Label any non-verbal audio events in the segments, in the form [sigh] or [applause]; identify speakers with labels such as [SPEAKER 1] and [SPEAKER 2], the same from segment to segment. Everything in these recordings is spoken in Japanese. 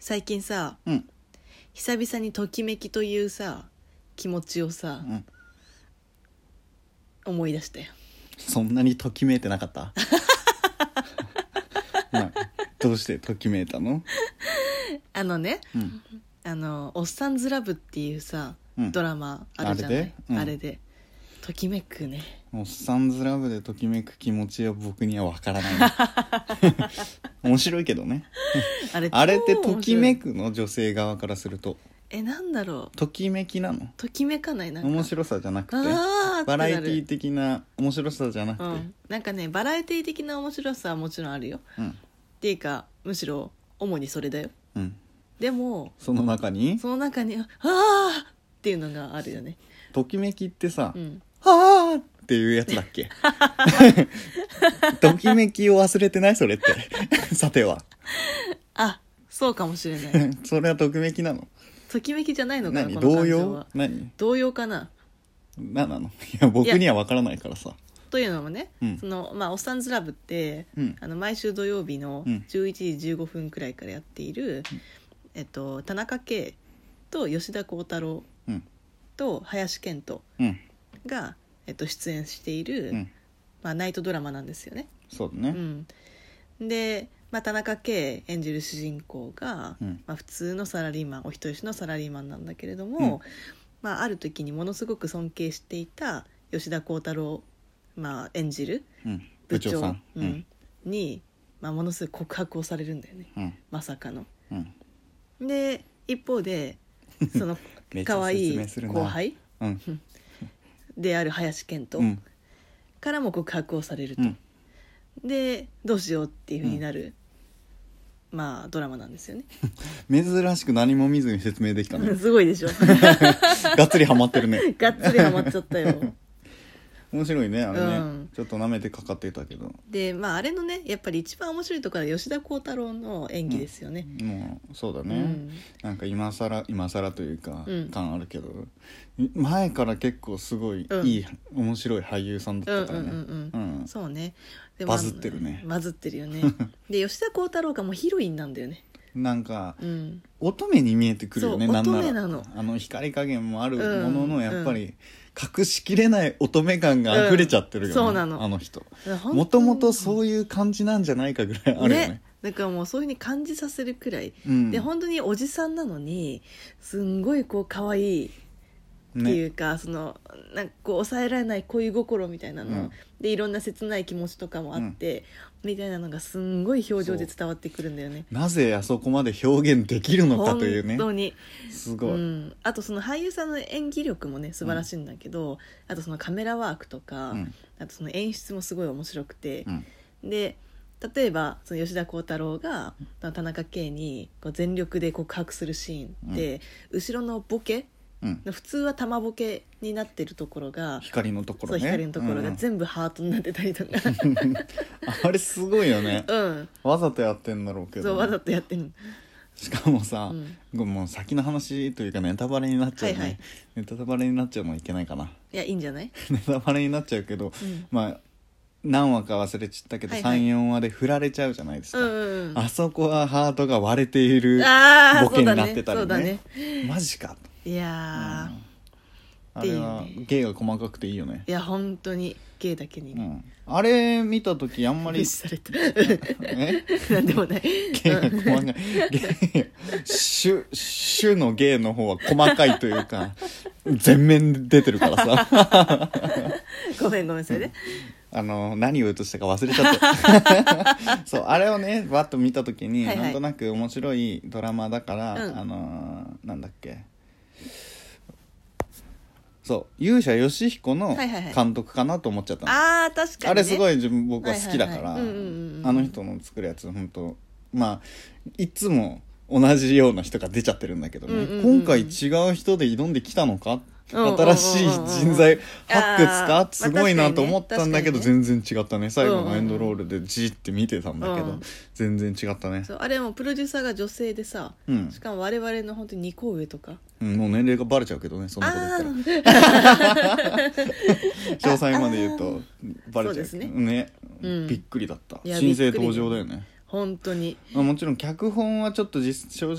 [SPEAKER 1] 最近さ
[SPEAKER 2] うん
[SPEAKER 1] 久々にときめきというさ気持ちをさ、
[SPEAKER 2] うん
[SPEAKER 1] 思い出したよ
[SPEAKER 2] そんなにときめいてなかった [laughs] などうしてときめいたの
[SPEAKER 1] あのね
[SPEAKER 2] うん
[SPEAKER 1] あの「おっさんずラブ」っていうさ、
[SPEAKER 2] うん
[SPEAKER 1] ドラマあるじゃないあ
[SPEAKER 2] あれ
[SPEAKER 1] れ
[SPEAKER 2] で
[SPEAKER 1] で,、
[SPEAKER 2] うん
[SPEAKER 1] ときめく
[SPEAKER 2] [laughs]
[SPEAKER 1] ね
[SPEAKER 2] おっさんずラブでときめく気持ちは僕にはわからないな [laughs] 面白いけどね
[SPEAKER 1] あれ
[SPEAKER 2] あれって
[SPEAKER 1] 超面白
[SPEAKER 2] と
[SPEAKER 1] い
[SPEAKER 2] きめくの女性側からすると
[SPEAKER 1] えなんだろう
[SPEAKER 2] ときめきなの
[SPEAKER 1] ときめかないなんか
[SPEAKER 2] 面白さじゃなくて
[SPEAKER 1] あーってなる
[SPEAKER 2] バラエティー的な面白さじゃなくて、
[SPEAKER 1] うん、なんかねバラエティ的な面白さはもちろんあるよ
[SPEAKER 2] うん
[SPEAKER 1] っていうかむしろ主にそれだよ
[SPEAKER 2] うん
[SPEAKER 1] でも
[SPEAKER 2] その中に
[SPEAKER 1] その中に「ああ!」っていうのがあるよね
[SPEAKER 2] ときめきってさ「
[SPEAKER 1] うん
[SPEAKER 2] はあ!」っていうやつだっ
[SPEAKER 1] [laughs]
[SPEAKER 2] けときめきを忘れてないそれってさて [laughs] は
[SPEAKER 1] あそうかもしれない
[SPEAKER 2] [laughs] それはときめきなの
[SPEAKER 1] ときめきじゃないのかな
[SPEAKER 2] 何
[SPEAKER 1] この
[SPEAKER 2] 動
[SPEAKER 1] 感情は
[SPEAKER 2] 揺何
[SPEAKER 1] 動揺かな
[SPEAKER 2] 何なの [laughs] いや僕には分からないからさ
[SPEAKER 1] というのもね、
[SPEAKER 2] うん
[SPEAKER 1] そのまあ、おっさんずラブって、
[SPEAKER 2] うん
[SPEAKER 1] あの毎週土曜日の
[SPEAKER 2] うん
[SPEAKER 1] 11時15分くらいからやっている、えっと、田中圭と吉田鋼太郎
[SPEAKER 2] うん
[SPEAKER 1] と林遣都
[SPEAKER 2] うん
[SPEAKER 1] が、えっと、出演している、
[SPEAKER 2] うん
[SPEAKER 1] まあ、ナイトドラマなんですよね。
[SPEAKER 2] そうだ
[SPEAKER 1] う
[SPEAKER 2] ね
[SPEAKER 1] ん、で、まあ、田中圭演じる主人公が、
[SPEAKER 2] うん
[SPEAKER 1] まあ、普通のサラリーマンお人よしのサラリーマンなんだけれども、
[SPEAKER 2] うん
[SPEAKER 1] まあ、ある時にものすごく尊敬していた吉田鋼太郎、まあ、演じる
[SPEAKER 2] うん
[SPEAKER 1] 部
[SPEAKER 2] 部
[SPEAKER 1] 長
[SPEAKER 2] 長さん
[SPEAKER 1] うんに、まあ、ものすごい告白をされるんだよね
[SPEAKER 2] うん
[SPEAKER 1] まさかの。
[SPEAKER 2] うん
[SPEAKER 1] で一方でその
[SPEAKER 2] [laughs] めっちゃ
[SPEAKER 1] 可愛
[SPEAKER 2] 説明
[SPEAKER 1] い
[SPEAKER 2] するな
[SPEAKER 1] 後輩
[SPEAKER 2] うん
[SPEAKER 1] である林遣都
[SPEAKER 2] うん
[SPEAKER 1] からも告白をされると
[SPEAKER 2] う、ん
[SPEAKER 1] でどうしようっていうふうになる、まあドラマなんですよね。 [laughs]
[SPEAKER 2] 珍しく何も見ずに説明できたね
[SPEAKER 1] すごいでしょ [laughs]
[SPEAKER 2] がっつりハマってるね
[SPEAKER 1] がっつりハマっちゃった
[SPEAKER 2] [laughs]
[SPEAKER 1] よ。
[SPEAKER 2] 面白いねあれね、
[SPEAKER 1] うん
[SPEAKER 2] ちょっと舐めてかかってたけど
[SPEAKER 1] でまああれのねやっぱり一番面白いところは吉田鋼太郎の演技ですよね。
[SPEAKER 2] もうそうだね、
[SPEAKER 1] うん
[SPEAKER 2] なんか今更今更というか、
[SPEAKER 1] うん
[SPEAKER 2] 感あるけどい前から結構すごい
[SPEAKER 1] うん
[SPEAKER 2] いい、面白い俳優さん
[SPEAKER 1] うん
[SPEAKER 2] だ
[SPEAKER 1] う
[SPEAKER 2] っ
[SPEAKER 1] ん
[SPEAKER 2] た
[SPEAKER 1] う
[SPEAKER 2] か
[SPEAKER 1] ん
[SPEAKER 2] らね
[SPEAKER 1] うん
[SPEAKER 2] うん
[SPEAKER 1] そうねで
[SPEAKER 2] バズってるね
[SPEAKER 1] あのバズってるよ
[SPEAKER 2] [laughs]
[SPEAKER 1] ねで吉田鋼太郎がもうヒロインなんだよね
[SPEAKER 2] なんか
[SPEAKER 1] うん
[SPEAKER 2] 乙女に見えてくるよね
[SPEAKER 1] そう
[SPEAKER 2] なんなら
[SPEAKER 1] 乙女なの
[SPEAKER 2] あの光加減もあるもの
[SPEAKER 1] う
[SPEAKER 2] の
[SPEAKER 1] ん
[SPEAKER 2] やっぱり隠しきれない乙女感が溢れちゃってるよね、
[SPEAKER 1] うんそうなの
[SPEAKER 2] あの人も
[SPEAKER 1] も
[SPEAKER 2] ともとそういう感じなんじゃないかぐらいあるよね
[SPEAKER 1] だからもうそういうふうに感じさせるくらい、
[SPEAKER 2] うん
[SPEAKER 1] で本当におじさんなのにすんごいこう可愛いっていうか、そのなんかこう抑えられない恋心みたいなの、
[SPEAKER 2] うん
[SPEAKER 1] でいろんな切ない気持ちとかもあって、みたいなのがすんごい表情で伝わってくるんだよね。
[SPEAKER 2] なぜあそこまで表現できるのかというね
[SPEAKER 1] 本当に、
[SPEAKER 2] す
[SPEAKER 1] う
[SPEAKER 2] ごい、
[SPEAKER 1] ん、あとその俳優さんの演技力もね素晴らしいんだけど、あとそのカメラワークとか、
[SPEAKER 2] うん
[SPEAKER 1] あとその演出もすごい面白くて
[SPEAKER 2] う、ん
[SPEAKER 1] で例えばその吉田鋼太郎が田中圭にこう全力で告白するシーンって、後ろのボケ
[SPEAKER 2] うん、
[SPEAKER 1] 普通は玉ボケになってるところが
[SPEAKER 2] 光のところ
[SPEAKER 1] そう
[SPEAKER 2] ね
[SPEAKER 1] 光のところ
[SPEAKER 2] うんう
[SPEAKER 1] が
[SPEAKER 2] ん
[SPEAKER 1] 全部ハートになってたりとか
[SPEAKER 2] [laughs] あれすごいよね
[SPEAKER 1] うん
[SPEAKER 2] わざとやってんだろうけ
[SPEAKER 1] そう
[SPEAKER 2] ど
[SPEAKER 1] わざとやってる
[SPEAKER 2] しかもさ
[SPEAKER 1] う、ん
[SPEAKER 2] もう先の話というかネタバレになっちゃうね、
[SPEAKER 1] はいはい
[SPEAKER 2] ネタバレになっちゃうのはいけないかな [laughs]
[SPEAKER 1] いやいいんじゃない
[SPEAKER 2] ネタバレになっちゃうけど、
[SPEAKER 1] うん
[SPEAKER 2] まあ何話か忘れちゃったけど、
[SPEAKER 1] はいはい
[SPEAKER 2] 34話で振られちゃうじゃないです
[SPEAKER 1] う
[SPEAKER 2] か、
[SPEAKER 1] んうん
[SPEAKER 2] あそこはハートが割れている
[SPEAKER 1] ああ
[SPEAKER 2] ボ
[SPEAKER 1] そ
[SPEAKER 2] ケ
[SPEAKER 1] う
[SPEAKER 2] に
[SPEAKER 1] だ
[SPEAKER 2] なっ
[SPEAKER 1] ね
[SPEAKER 2] てた
[SPEAKER 1] そう
[SPEAKER 2] り
[SPEAKER 1] だ
[SPEAKER 2] ね
[SPEAKER 1] ね
[SPEAKER 2] マジか
[SPEAKER 1] いやー、
[SPEAKER 2] あれは
[SPEAKER 1] っていうね
[SPEAKER 2] 芸が細かくていいよね
[SPEAKER 1] いや本当に芸だけに
[SPEAKER 2] う
[SPEAKER 1] ね
[SPEAKER 2] ん、あれ見た時あんま
[SPEAKER 1] 無視
[SPEAKER 2] り
[SPEAKER 1] された [laughs]
[SPEAKER 2] [laughs] え
[SPEAKER 1] なんでもない
[SPEAKER 2] 芸が細かい芸種種の芸の方は細かいというか全面で出てるからさ
[SPEAKER 1] ごめんごめんそれで、
[SPEAKER 2] あの何を言うとしたか忘れちゃった
[SPEAKER 1] [laughs]
[SPEAKER 2] そうあれをねわっと見た時に、
[SPEAKER 1] はいはい
[SPEAKER 2] なんとなく面白いドラマだから、
[SPEAKER 1] うん
[SPEAKER 2] あのーなんだっけそう勇者ヨシヒコの
[SPEAKER 1] はいはいはい
[SPEAKER 2] 監督かなと思っちゃったの、
[SPEAKER 1] ああ確かに、ね、
[SPEAKER 2] あれすご
[SPEAKER 1] い
[SPEAKER 2] い自分僕は好きだから
[SPEAKER 1] はいはいはいうんうんうん
[SPEAKER 2] あの人の作るやつ本当まあいつも同じような人が出ちゃってるんだけどね、
[SPEAKER 1] うんうんうん
[SPEAKER 2] 今回違う人で挑んできたのか
[SPEAKER 1] うんうんうんうん
[SPEAKER 2] 新しい人材発掘
[SPEAKER 1] あ
[SPEAKER 2] か
[SPEAKER 1] ー
[SPEAKER 2] すごい
[SPEAKER 1] まあ確かに
[SPEAKER 2] な
[SPEAKER 1] ね
[SPEAKER 2] と思ったんだけど、
[SPEAKER 1] 確かに
[SPEAKER 2] 全然違ったね最
[SPEAKER 1] う
[SPEAKER 2] 後
[SPEAKER 1] んうん
[SPEAKER 2] の
[SPEAKER 1] うん
[SPEAKER 2] エンドロールでじーって見てたんだけど、
[SPEAKER 1] うん
[SPEAKER 2] 全然違ったね
[SPEAKER 1] そうあれもプロデューサーが女性でさ、
[SPEAKER 2] うん
[SPEAKER 1] しかも我々の本当に2個上とか
[SPEAKER 2] うんもう年齢がバレちゃうけどねそんなこと言っ
[SPEAKER 1] あ
[SPEAKER 2] た
[SPEAKER 1] あー
[SPEAKER 2] ら詳細まで言うとバレち
[SPEAKER 1] そ
[SPEAKER 2] ゃうけど
[SPEAKER 1] うですね
[SPEAKER 2] ね
[SPEAKER 1] うん
[SPEAKER 2] びっくりだった
[SPEAKER 1] いや
[SPEAKER 2] 新生登場だよね
[SPEAKER 1] 本当に
[SPEAKER 2] まあ、もちろん脚本はちょっと実正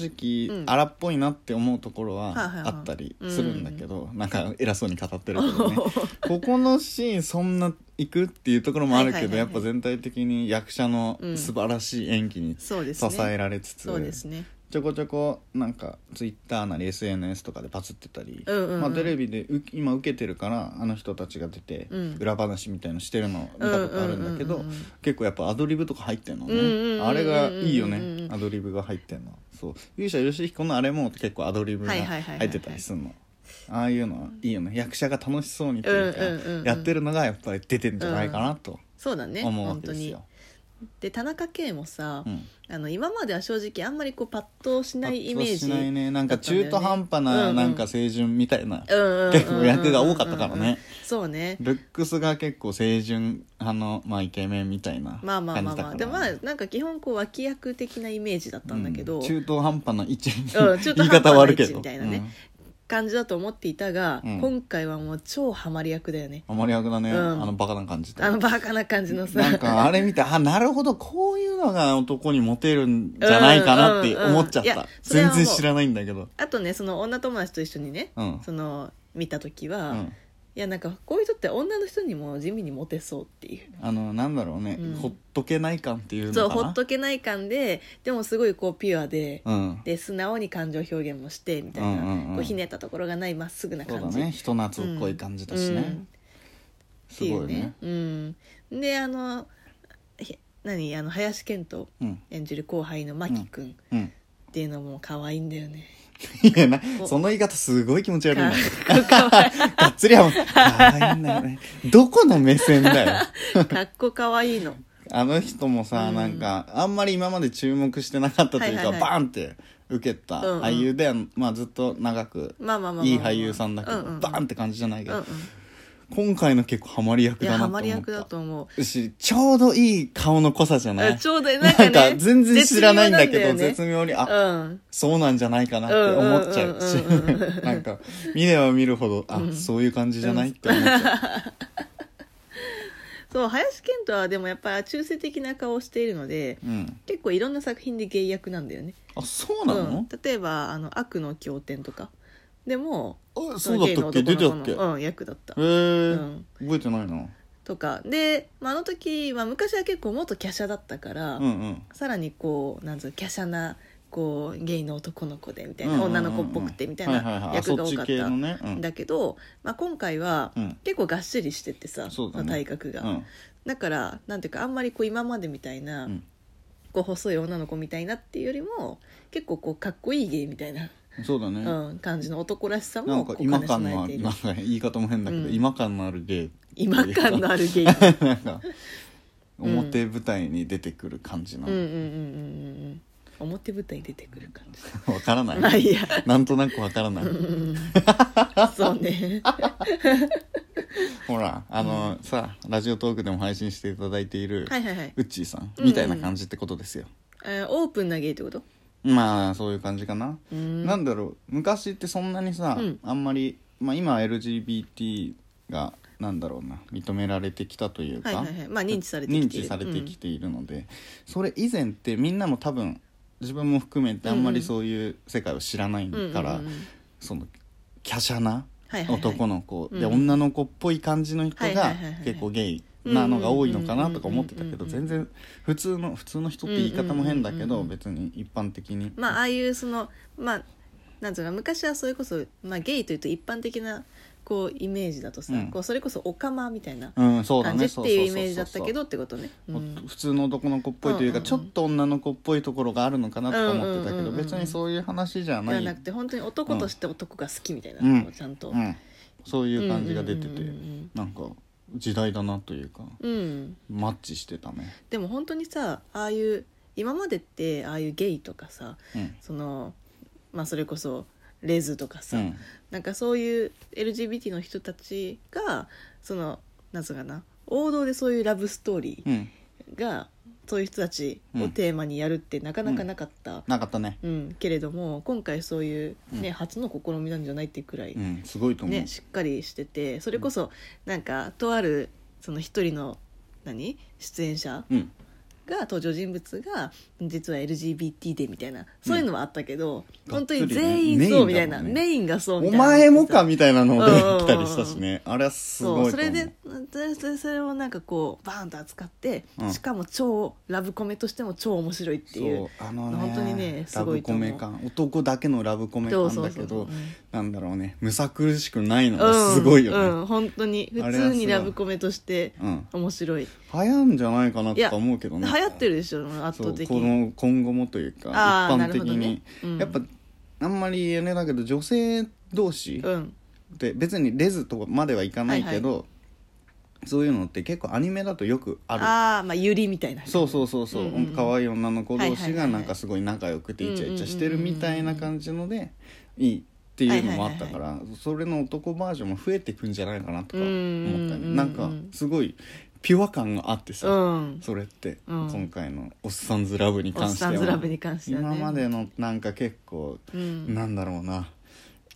[SPEAKER 2] 直
[SPEAKER 1] うん
[SPEAKER 2] 荒っぽいなって思うところは
[SPEAKER 1] はいはいはい
[SPEAKER 2] あったりするんだけど、なんか偉そうに語ってるけ
[SPEAKER 1] [laughs]
[SPEAKER 2] どねここのシーンそんな行くっていうところもあるけど、
[SPEAKER 1] はいはいはいはい
[SPEAKER 2] やっぱ全体的に役者の
[SPEAKER 1] うん
[SPEAKER 2] 素晴らしい演技に
[SPEAKER 1] そうです
[SPEAKER 2] 支
[SPEAKER 1] ね
[SPEAKER 2] えられつつ、
[SPEAKER 1] そうですね
[SPEAKER 2] ちょこちょこなんかツイッターなり SNS とかでパツってたり、
[SPEAKER 1] うんうんうん
[SPEAKER 2] まあ、テレビでう今受けてるからあの人たちが出て
[SPEAKER 1] うん
[SPEAKER 2] 裏話みたいのしてるの見たことあるんだけど、
[SPEAKER 1] うんうんうんうん
[SPEAKER 2] 結構やっぱアドリブとか入ってんのね、
[SPEAKER 1] うんうんうんうんうん
[SPEAKER 2] あれがいいよね、
[SPEAKER 1] うんうんうん
[SPEAKER 2] アドリブが入ってんのそう勇者よしひこのあれも結構アドリブが
[SPEAKER 1] はいはいはいはいはい
[SPEAKER 2] 入ってたりするの。ああいうのはいいよね役者が楽しそうにというか、
[SPEAKER 1] うんうんうんうん
[SPEAKER 2] やってるのがやっぱり出てんじゃないかなと
[SPEAKER 1] そうだね
[SPEAKER 2] 思うわ
[SPEAKER 1] 本
[SPEAKER 2] け
[SPEAKER 1] 当
[SPEAKER 2] です
[SPEAKER 1] に
[SPEAKER 2] よ。
[SPEAKER 1] で田中圭もさ、
[SPEAKER 2] うん
[SPEAKER 1] あの今までは正直あんまりこうパッとしないイメージ
[SPEAKER 2] 圧倒しないねなんか中途
[SPEAKER 1] だ
[SPEAKER 2] 半端
[SPEAKER 1] ったんだよねうん
[SPEAKER 2] な
[SPEAKER 1] うん
[SPEAKER 2] なんか青春みたいな、
[SPEAKER 1] うんうんうんうんうん
[SPEAKER 2] 結構役が多かったからね
[SPEAKER 1] そうね
[SPEAKER 2] ルックスが結構青春派の、まあ、イケメンみたいな
[SPEAKER 1] まあまあまあまあ
[SPEAKER 2] 感じ
[SPEAKER 1] で
[SPEAKER 2] だ
[SPEAKER 1] も
[SPEAKER 2] から
[SPEAKER 1] まあなんか基本こう脇役的なイメージだったんだけど、
[SPEAKER 2] うん中途半端な位置、
[SPEAKER 1] うん中途
[SPEAKER 2] 言い
[SPEAKER 1] 半端
[SPEAKER 2] 方
[SPEAKER 1] な
[SPEAKER 2] 悪
[SPEAKER 1] 位
[SPEAKER 2] いけ
[SPEAKER 1] 置
[SPEAKER 2] ど
[SPEAKER 1] みたいなね感じだと思っていたが、
[SPEAKER 2] うん
[SPEAKER 1] 今回はもう超ハマり役だよね
[SPEAKER 2] うんあまり悪だね、
[SPEAKER 1] うん
[SPEAKER 2] あのバカな感じで
[SPEAKER 1] あのバカな感じのさ
[SPEAKER 2] なんかあれ見てあなるほどこういうのが男にモテるんじゃないかなって思っちゃっ
[SPEAKER 1] うんうんうんい
[SPEAKER 2] た
[SPEAKER 1] やそれは
[SPEAKER 2] 全
[SPEAKER 1] もう
[SPEAKER 2] 然知らないんだけど
[SPEAKER 1] [laughs] あとねその女友達と一緒にね、
[SPEAKER 2] うん
[SPEAKER 1] その見た時は、
[SPEAKER 2] う
[SPEAKER 1] い
[SPEAKER 2] ん
[SPEAKER 1] やなんかこういう人って女の人にも地味にモテそうっていう
[SPEAKER 2] あのなんだろうね、
[SPEAKER 1] うん
[SPEAKER 2] ほっとけない感っていう
[SPEAKER 1] そう
[SPEAKER 2] のかな
[SPEAKER 1] ほっとけない感ででもすごいこうピュアで、
[SPEAKER 2] うん
[SPEAKER 1] で素直に感情表現もしてみたいな、
[SPEAKER 2] うんうんうん
[SPEAKER 1] こうひねったところがないまっすぐな
[SPEAKER 2] そうだ
[SPEAKER 1] 感じ
[SPEAKER 2] ね人懐っこい感じだしね、
[SPEAKER 1] うんうんって
[SPEAKER 2] す
[SPEAKER 1] い
[SPEAKER 2] ご
[SPEAKER 1] う
[SPEAKER 2] いね
[SPEAKER 1] ねうん、であのひ何あの林遣都
[SPEAKER 2] うん
[SPEAKER 1] 演じる後輩の真木君っ
[SPEAKER 2] うん
[SPEAKER 1] ていうのも可愛いんだよ
[SPEAKER 2] [laughs]
[SPEAKER 1] ね、
[SPEAKER 2] いやな
[SPEAKER 1] お
[SPEAKER 2] その言い方すごい気持ち悪いな
[SPEAKER 1] か
[SPEAKER 2] [laughs] がっつりはもう可愛いんだよねどこの目線だよ
[SPEAKER 1] かっこ可愛いの
[SPEAKER 2] あの人もさ、
[SPEAKER 1] うん
[SPEAKER 2] なんかあんまり今まで注目してなかったというか、
[SPEAKER 1] はいはいはい
[SPEAKER 2] バーンって受けた
[SPEAKER 1] うんうん
[SPEAKER 2] 俳優で、まあずっと長く
[SPEAKER 1] まあまあまあまあまあ
[SPEAKER 2] いい俳優さんだけど、
[SPEAKER 1] うんうん
[SPEAKER 2] バーンって感じじゃないけ
[SPEAKER 1] うん
[SPEAKER 2] ど、
[SPEAKER 1] うん
[SPEAKER 2] 今回の結構ハマり役
[SPEAKER 1] い
[SPEAKER 2] だ
[SPEAKER 1] や
[SPEAKER 2] な
[SPEAKER 1] ハ
[SPEAKER 2] って思
[SPEAKER 1] マ
[SPEAKER 2] っ
[SPEAKER 1] り
[SPEAKER 2] た
[SPEAKER 1] 役だと思う
[SPEAKER 2] しちょうどいい顔の濃さじゃない
[SPEAKER 1] あちょうどなんか,、ね、
[SPEAKER 2] なんか全然知らないんだけど
[SPEAKER 1] 絶妙なんだよね
[SPEAKER 2] 絶妙にあ
[SPEAKER 1] うん
[SPEAKER 2] そうなんじゃないかなって思っちゃ
[SPEAKER 1] [laughs]
[SPEAKER 2] うし
[SPEAKER 1] うんうんうん
[SPEAKER 2] なんか見れば見るほどあ、そういう感じじゃないって思っ
[SPEAKER 1] [laughs]
[SPEAKER 2] ちゃ
[SPEAKER 1] そう林遣都はでもやっぱり中性的な顔をしているので
[SPEAKER 2] う、うん、
[SPEAKER 1] 結構いろんな作品で芸役なんだよね
[SPEAKER 2] あそうなの、
[SPEAKER 1] うん、例えばあの「悪の経典」とかでも
[SPEAKER 2] あそうだったっけ
[SPEAKER 1] ゲ
[SPEAKER 2] 出
[SPEAKER 1] イ
[SPEAKER 2] て
[SPEAKER 1] の
[SPEAKER 2] たっ
[SPEAKER 1] 男
[SPEAKER 2] け、
[SPEAKER 1] の子のうん、役だった
[SPEAKER 2] へえ、
[SPEAKER 1] うん
[SPEAKER 2] 覚えてないな
[SPEAKER 1] とかで、まあ、あの時は昔は結構元華奢だったから、
[SPEAKER 2] うんうん
[SPEAKER 1] さらにこうなんつうの華奢なこうゲイの男の子でみたいな、
[SPEAKER 2] うんうんうんうん
[SPEAKER 1] 女の子っぽくてみたい
[SPEAKER 2] はいはいは
[SPEAKER 1] ない役が多か
[SPEAKER 2] あそ
[SPEAKER 1] っ
[SPEAKER 2] ち系
[SPEAKER 1] た
[SPEAKER 2] のね、うんん
[SPEAKER 1] だけど、まあ、今回は
[SPEAKER 2] うん
[SPEAKER 1] 結構がっしりしててさ、
[SPEAKER 2] そうだね
[SPEAKER 1] その体格が、
[SPEAKER 2] うん
[SPEAKER 1] だからなんていうかあんまりこう今までみたいな、
[SPEAKER 2] うん
[SPEAKER 1] こう細い女の子みたいなっていうよりも結構こうかっこいいゲイみたいな、
[SPEAKER 2] そうだね、
[SPEAKER 1] うん、感じの男らしさ
[SPEAKER 2] な
[SPEAKER 1] も
[SPEAKER 2] んか
[SPEAKER 1] こう
[SPEAKER 2] 違和
[SPEAKER 1] 兼ね備
[SPEAKER 2] 感のあ
[SPEAKER 1] えてい
[SPEAKER 2] る
[SPEAKER 1] る
[SPEAKER 2] なんか言い方も変だけど、
[SPEAKER 1] うん
[SPEAKER 2] 違和感のあるゲイ
[SPEAKER 1] 違和感のあるゲイ
[SPEAKER 2] [laughs] なんか表舞台に出てくる感じな
[SPEAKER 1] うんうんうん
[SPEAKER 2] の、
[SPEAKER 1] うんうんうん表舞台に出てくる感じ
[SPEAKER 2] [laughs] わからない、
[SPEAKER 1] まあいいや
[SPEAKER 2] [laughs] なんとなくわからない、
[SPEAKER 1] [laughs] そう [laughs] ね
[SPEAKER 2] ほらあの、さラジオトークでも配信していただいている、
[SPEAKER 1] はいはいはい
[SPEAKER 2] ウッチーさん
[SPEAKER 1] うん
[SPEAKER 2] みたいな感じってことですよ、
[SPEAKER 1] えーオープンなゲイってこと
[SPEAKER 2] まあそういう感じかな、
[SPEAKER 1] うん
[SPEAKER 2] なんだろう昔ってそんなにさ、
[SPEAKER 1] うん
[SPEAKER 2] あんまり、まあ、今は LGBT がなんだろうな認められてきたというか、
[SPEAKER 1] はいはいはいまあ認知されてきている
[SPEAKER 2] 認知されてきているので、それ以前ってみんなも多分自分も含めてあんまりそういう世界を知らない
[SPEAKER 1] うん
[SPEAKER 2] から、
[SPEAKER 1] うんうんうん
[SPEAKER 2] その華奢な
[SPEAKER 1] はいはいはい
[SPEAKER 2] 男の子で、
[SPEAKER 1] うん
[SPEAKER 2] 女の子っぽい感じの人
[SPEAKER 1] はいは
[SPEAKER 2] が
[SPEAKER 1] いはいはい
[SPEAKER 2] 結構ゲイなのが多いのかなとか思ってたけど
[SPEAKER 1] うんうんうんうん
[SPEAKER 2] 全然普通の普通の人って言い方も変だけ
[SPEAKER 1] うんうんうん
[SPEAKER 2] ど
[SPEAKER 1] うん
[SPEAKER 2] 別に一般的に
[SPEAKER 1] まあああいうそのまあなんつうの昔はそれこそ、まあ、ゲイというと一般的なこうイメージだとさ、
[SPEAKER 2] うん
[SPEAKER 1] こうそれこそオカマみたいな
[SPEAKER 2] うんそうだ
[SPEAKER 1] 感じ
[SPEAKER 2] ね
[SPEAKER 1] っていうイメージだったけど
[SPEAKER 2] そうそうそうそう
[SPEAKER 1] ってことねう
[SPEAKER 2] も
[SPEAKER 1] ん
[SPEAKER 2] っと普通の男の子っぽいというか
[SPEAKER 1] うんうん
[SPEAKER 2] ちょっと女の子っぽいところがあるのかなとか思ってたけ
[SPEAKER 1] うんうんうん
[SPEAKER 2] ど
[SPEAKER 1] うん
[SPEAKER 2] 別にそういう話じゃ
[SPEAKER 1] じ
[SPEAKER 2] な
[SPEAKER 1] ゃ
[SPEAKER 2] い
[SPEAKER 1] なくて本当に男として男が好きみたいな、
[SPEAKER 2] うん
[SPEAKER 1] こうちゃんと、
[SPEAKER 2] うんそういう感じが出てて
[SPEAKER 1] うんうん
[SPEAKER 2] なんか時代だなというか
[SPEAKER 1] うんうんうん
[SPEAKER 2] マッチしてたね
[SPEAKER 1] でも本当にさああいう今までってああいうゲイとかさ
[SPEAKER 2] うん
[SPEAKER 1] その、まあ、それこそレズとかさ、
[SPEAKER 2] うん
[SPEAKER 1] なんかそういう LGBT の人たちがそのなんつうかな王道でそういうラブストーリ
[SPEAKER 2] うん
[SPEAKER 1] ーが、そういう人たちをテーマにやるってなかなかなかった、
[SPEAKER 2] なかったね
[SPEAKER 1] うんけれども今回そういう、ね
[SPEAKER 2] うん
[SPEAKER 1] 初の試みなんじゃないってくらい、
[SPEAKER 2] うんすごいと思う
[SPEAKER 1] ね、しっかりしててそれこそなんかとあるその一人の何出演者
[SPEAKER 2] うん
[SPEAKER 1] が登場人物が実は LGBT でみたいなそういうのはあったけど、本当に全員そうみたいな、
[SPEAKER 2] がっつりね
[SPEAKER 1] メインがそうみ
[SPEAKER 2] お
[SPEAKER 1] たいな
[SPEAKER 2] 前もかみたいなので [laughs]
[SPEAKER 1] うん
[SPEAKER 2] 来たりしたしねあれはすごい
[SPEAKER 1] そうそ
[SPEAKER 2] と思
[SPEAKER 1] れ
[SPEAKER 2] う
[SPEAKER 1] ででそれそれをなんかこうバーンと扱って、
[SPEAKER 2] うん
[SPEAKER 1] しかも超ラブコメとしても超面白いっていう
[SPEAKER 2] そうあのね
[SPEAKER 1] 本当にねす
[SPEAKER 2] ラ
[SPEAKER 1] ご
[SPEAKER 2] ブ
[SPEAKER 1] いと
[SPEAKER 2] コ
[SPEAKER 1] 思う
[SPEAKER 2] メ感男だけのラブコメ感だけ
[SPEAKER 1] そうそうそうそううん
[SPEAKER 2] どなんだろうねむさ苦しくないの
[SPEAKER 1] う
[SPEAKER 2] が
[SPEAKER 1] ん
[SPEAKER 2] すごいよね、
[SPEAKER 1] うん、本当に
[SPEAKER 2] あれ
[SPEAKER 1] 普
[SPEAKER 2] はすごい
[SPEAKER 1] 通にラブコメとして
[SPEAKER 2] うん
[SPEAKER 1] 面白い、
[SPEAKER 2] 流行んじゃないかないと
[SPEAKER 1] や
[SPEAKER 2] か思うけどね
[SPEAKER 1] 流行ってるでしょ圧
[SPEAKER 2] そ
[SPEAKER 1] 倒
[SPEAKER 2] う
[SPEAKER 1] 的
[SPEAKER 2] こ
[SPEAKER 1] に
[SPEAKER 2] の今後もというか一
[SPEAKER 1] あー
[SPEAKER 2] 般的に、
[SPEAKER 1] なるほどねうん
[SPEAKER 2] やっぱあんまり言えないだけど女性同士
[SPEAKER 1] うん
[SPEAKER 2] って別にレズとかまではいかないけど、
[SPEAKER 1] は
[SPEAKER 2] そういうのって結構アニメだとよくある
[SPEAKER 1] ああまあゆりみたいな
[SPEAKER 2] そうそうそうそう
[SPEAKER 1] うんうんうん
[SPEAKER 2] 可愛い女の子同
[SPEAKER 1] はいは
[SPEAKER 2] 士
[SPEAKER 1] いは
[SPEAKER 2] が
[SPEAKER 1] い
[SPEAKER 2] なんかすごい仲良くてイチャイチャしてるみたいな感じのでいいっていうのもあったから、それの男バージョンも増えてくんじゃないかなとか思った
[SPEAKER 1] うんうんう
[SPEAKER 2] ね
[SPEAKER 1] ん
[SPEAKER 2] なんかすごいピュア感があってさ、
[SPEAKER 1] うん
[SPEAKER 2] それって
[SPEAKER 1] うん
[SPEAKER 2] 今回の「おっさんずラブ」に
[SPEAKER 1] おっ
[SPEAKER 2] 関して
[SPEAKER 1] さ
[SPEAKER 2] は
[SPEAKER 1] んずラブに関してはね
[SPEAKER 2] 今までのなんか結構、
[SPEAKER 1] うん
[SPEAKER 2] なんだろうな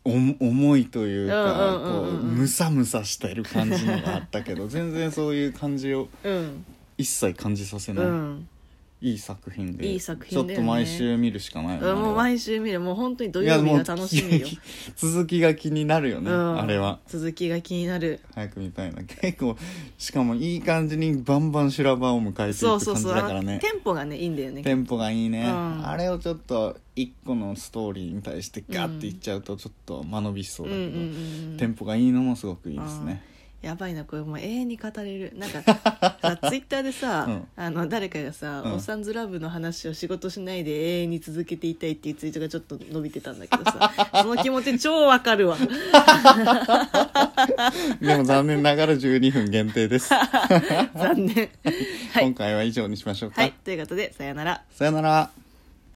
[SPEAKER 2] お重いというか、
[SPEAKER 1] うんうんうんうん
[SPEAKER 2] こうムサムサしてる感じのがあったけど全然そういう感じを
[SPEAKER 1] うん
[SPEAKER 2] 一切感じさせ
[SPEAKER 1] う
[SPEAKER 2] ない、
[SPEAKER 1] ん、
[SPEAKER 2] いい作品で
[SPEAKER 1] いい作品だよね
[SPEAKER 2] ちょっと毎週見るしかないよね
[SPEAKER 1] もう毎週見るもう本当に土曜日が楽しみよ
[SPEAKER 2] いやもう気 [laughs] 続きが気になるよね、
[SPEAKER 1] うん
[SPEAKER 2] あれは
[SPEAKER 1] 続きが気になる
[SPEAKER 2] 早く見たいな結構しかもいい感じにバンバン修羅場を迎えていく
[SPEAKER 1] そ
[SPEAKER 2] 感
[SPEAKER 1] うそう
[SPEAKER 2] じ
[SPEAKER 1] そう、
[SPEAKER 2] だか
[SPEAKER 1] あ
[SPEAKER 2] ら
[SPEAKER 1] の
[SPEAKER 2] ね
[SPEAKER 1] テンポがねいいんだよね
[SPEAKER 2] テンポがいいね、
[SPEAKER 1] うん
[SPEAKER 2] あれをちょっと一個のストーリーに対してガッていっちゃうとちょっと間延びしそうだけど、
[SPEAKER 1] うんうんうんうん
[SPEAKER 2] テンポがいいのもすごくいいですね
[SPEAKER 1] やばいなこれもう永遠に語れる
[SPEAKER 2] [laughs]
[SPEAKER 1] なんかさツイッターでさ、
[SPEAKER 2] うん
[SPEAKER 1] あの誰かがさ、
[SPEAKER 2] うん
[SPEAKER 1] おっさんずラブ」の話を仕事しないで永遠に続けていたいっていうツイートがちょっと伸びてたんだけどさその気持ち超わかるわ
[SPEAKER 2] [laughs] でも残念ながら12分限定で
[SPEAKER 1] [laughs]
[SPEAKER 2] す、
[SPEAKER 1] 残念はい、
[SPEAKER 2] 今回は以上にしましょうか、
[SPEAKER 1] はい、ということでさよなら
[SPEAKER 2] さよなら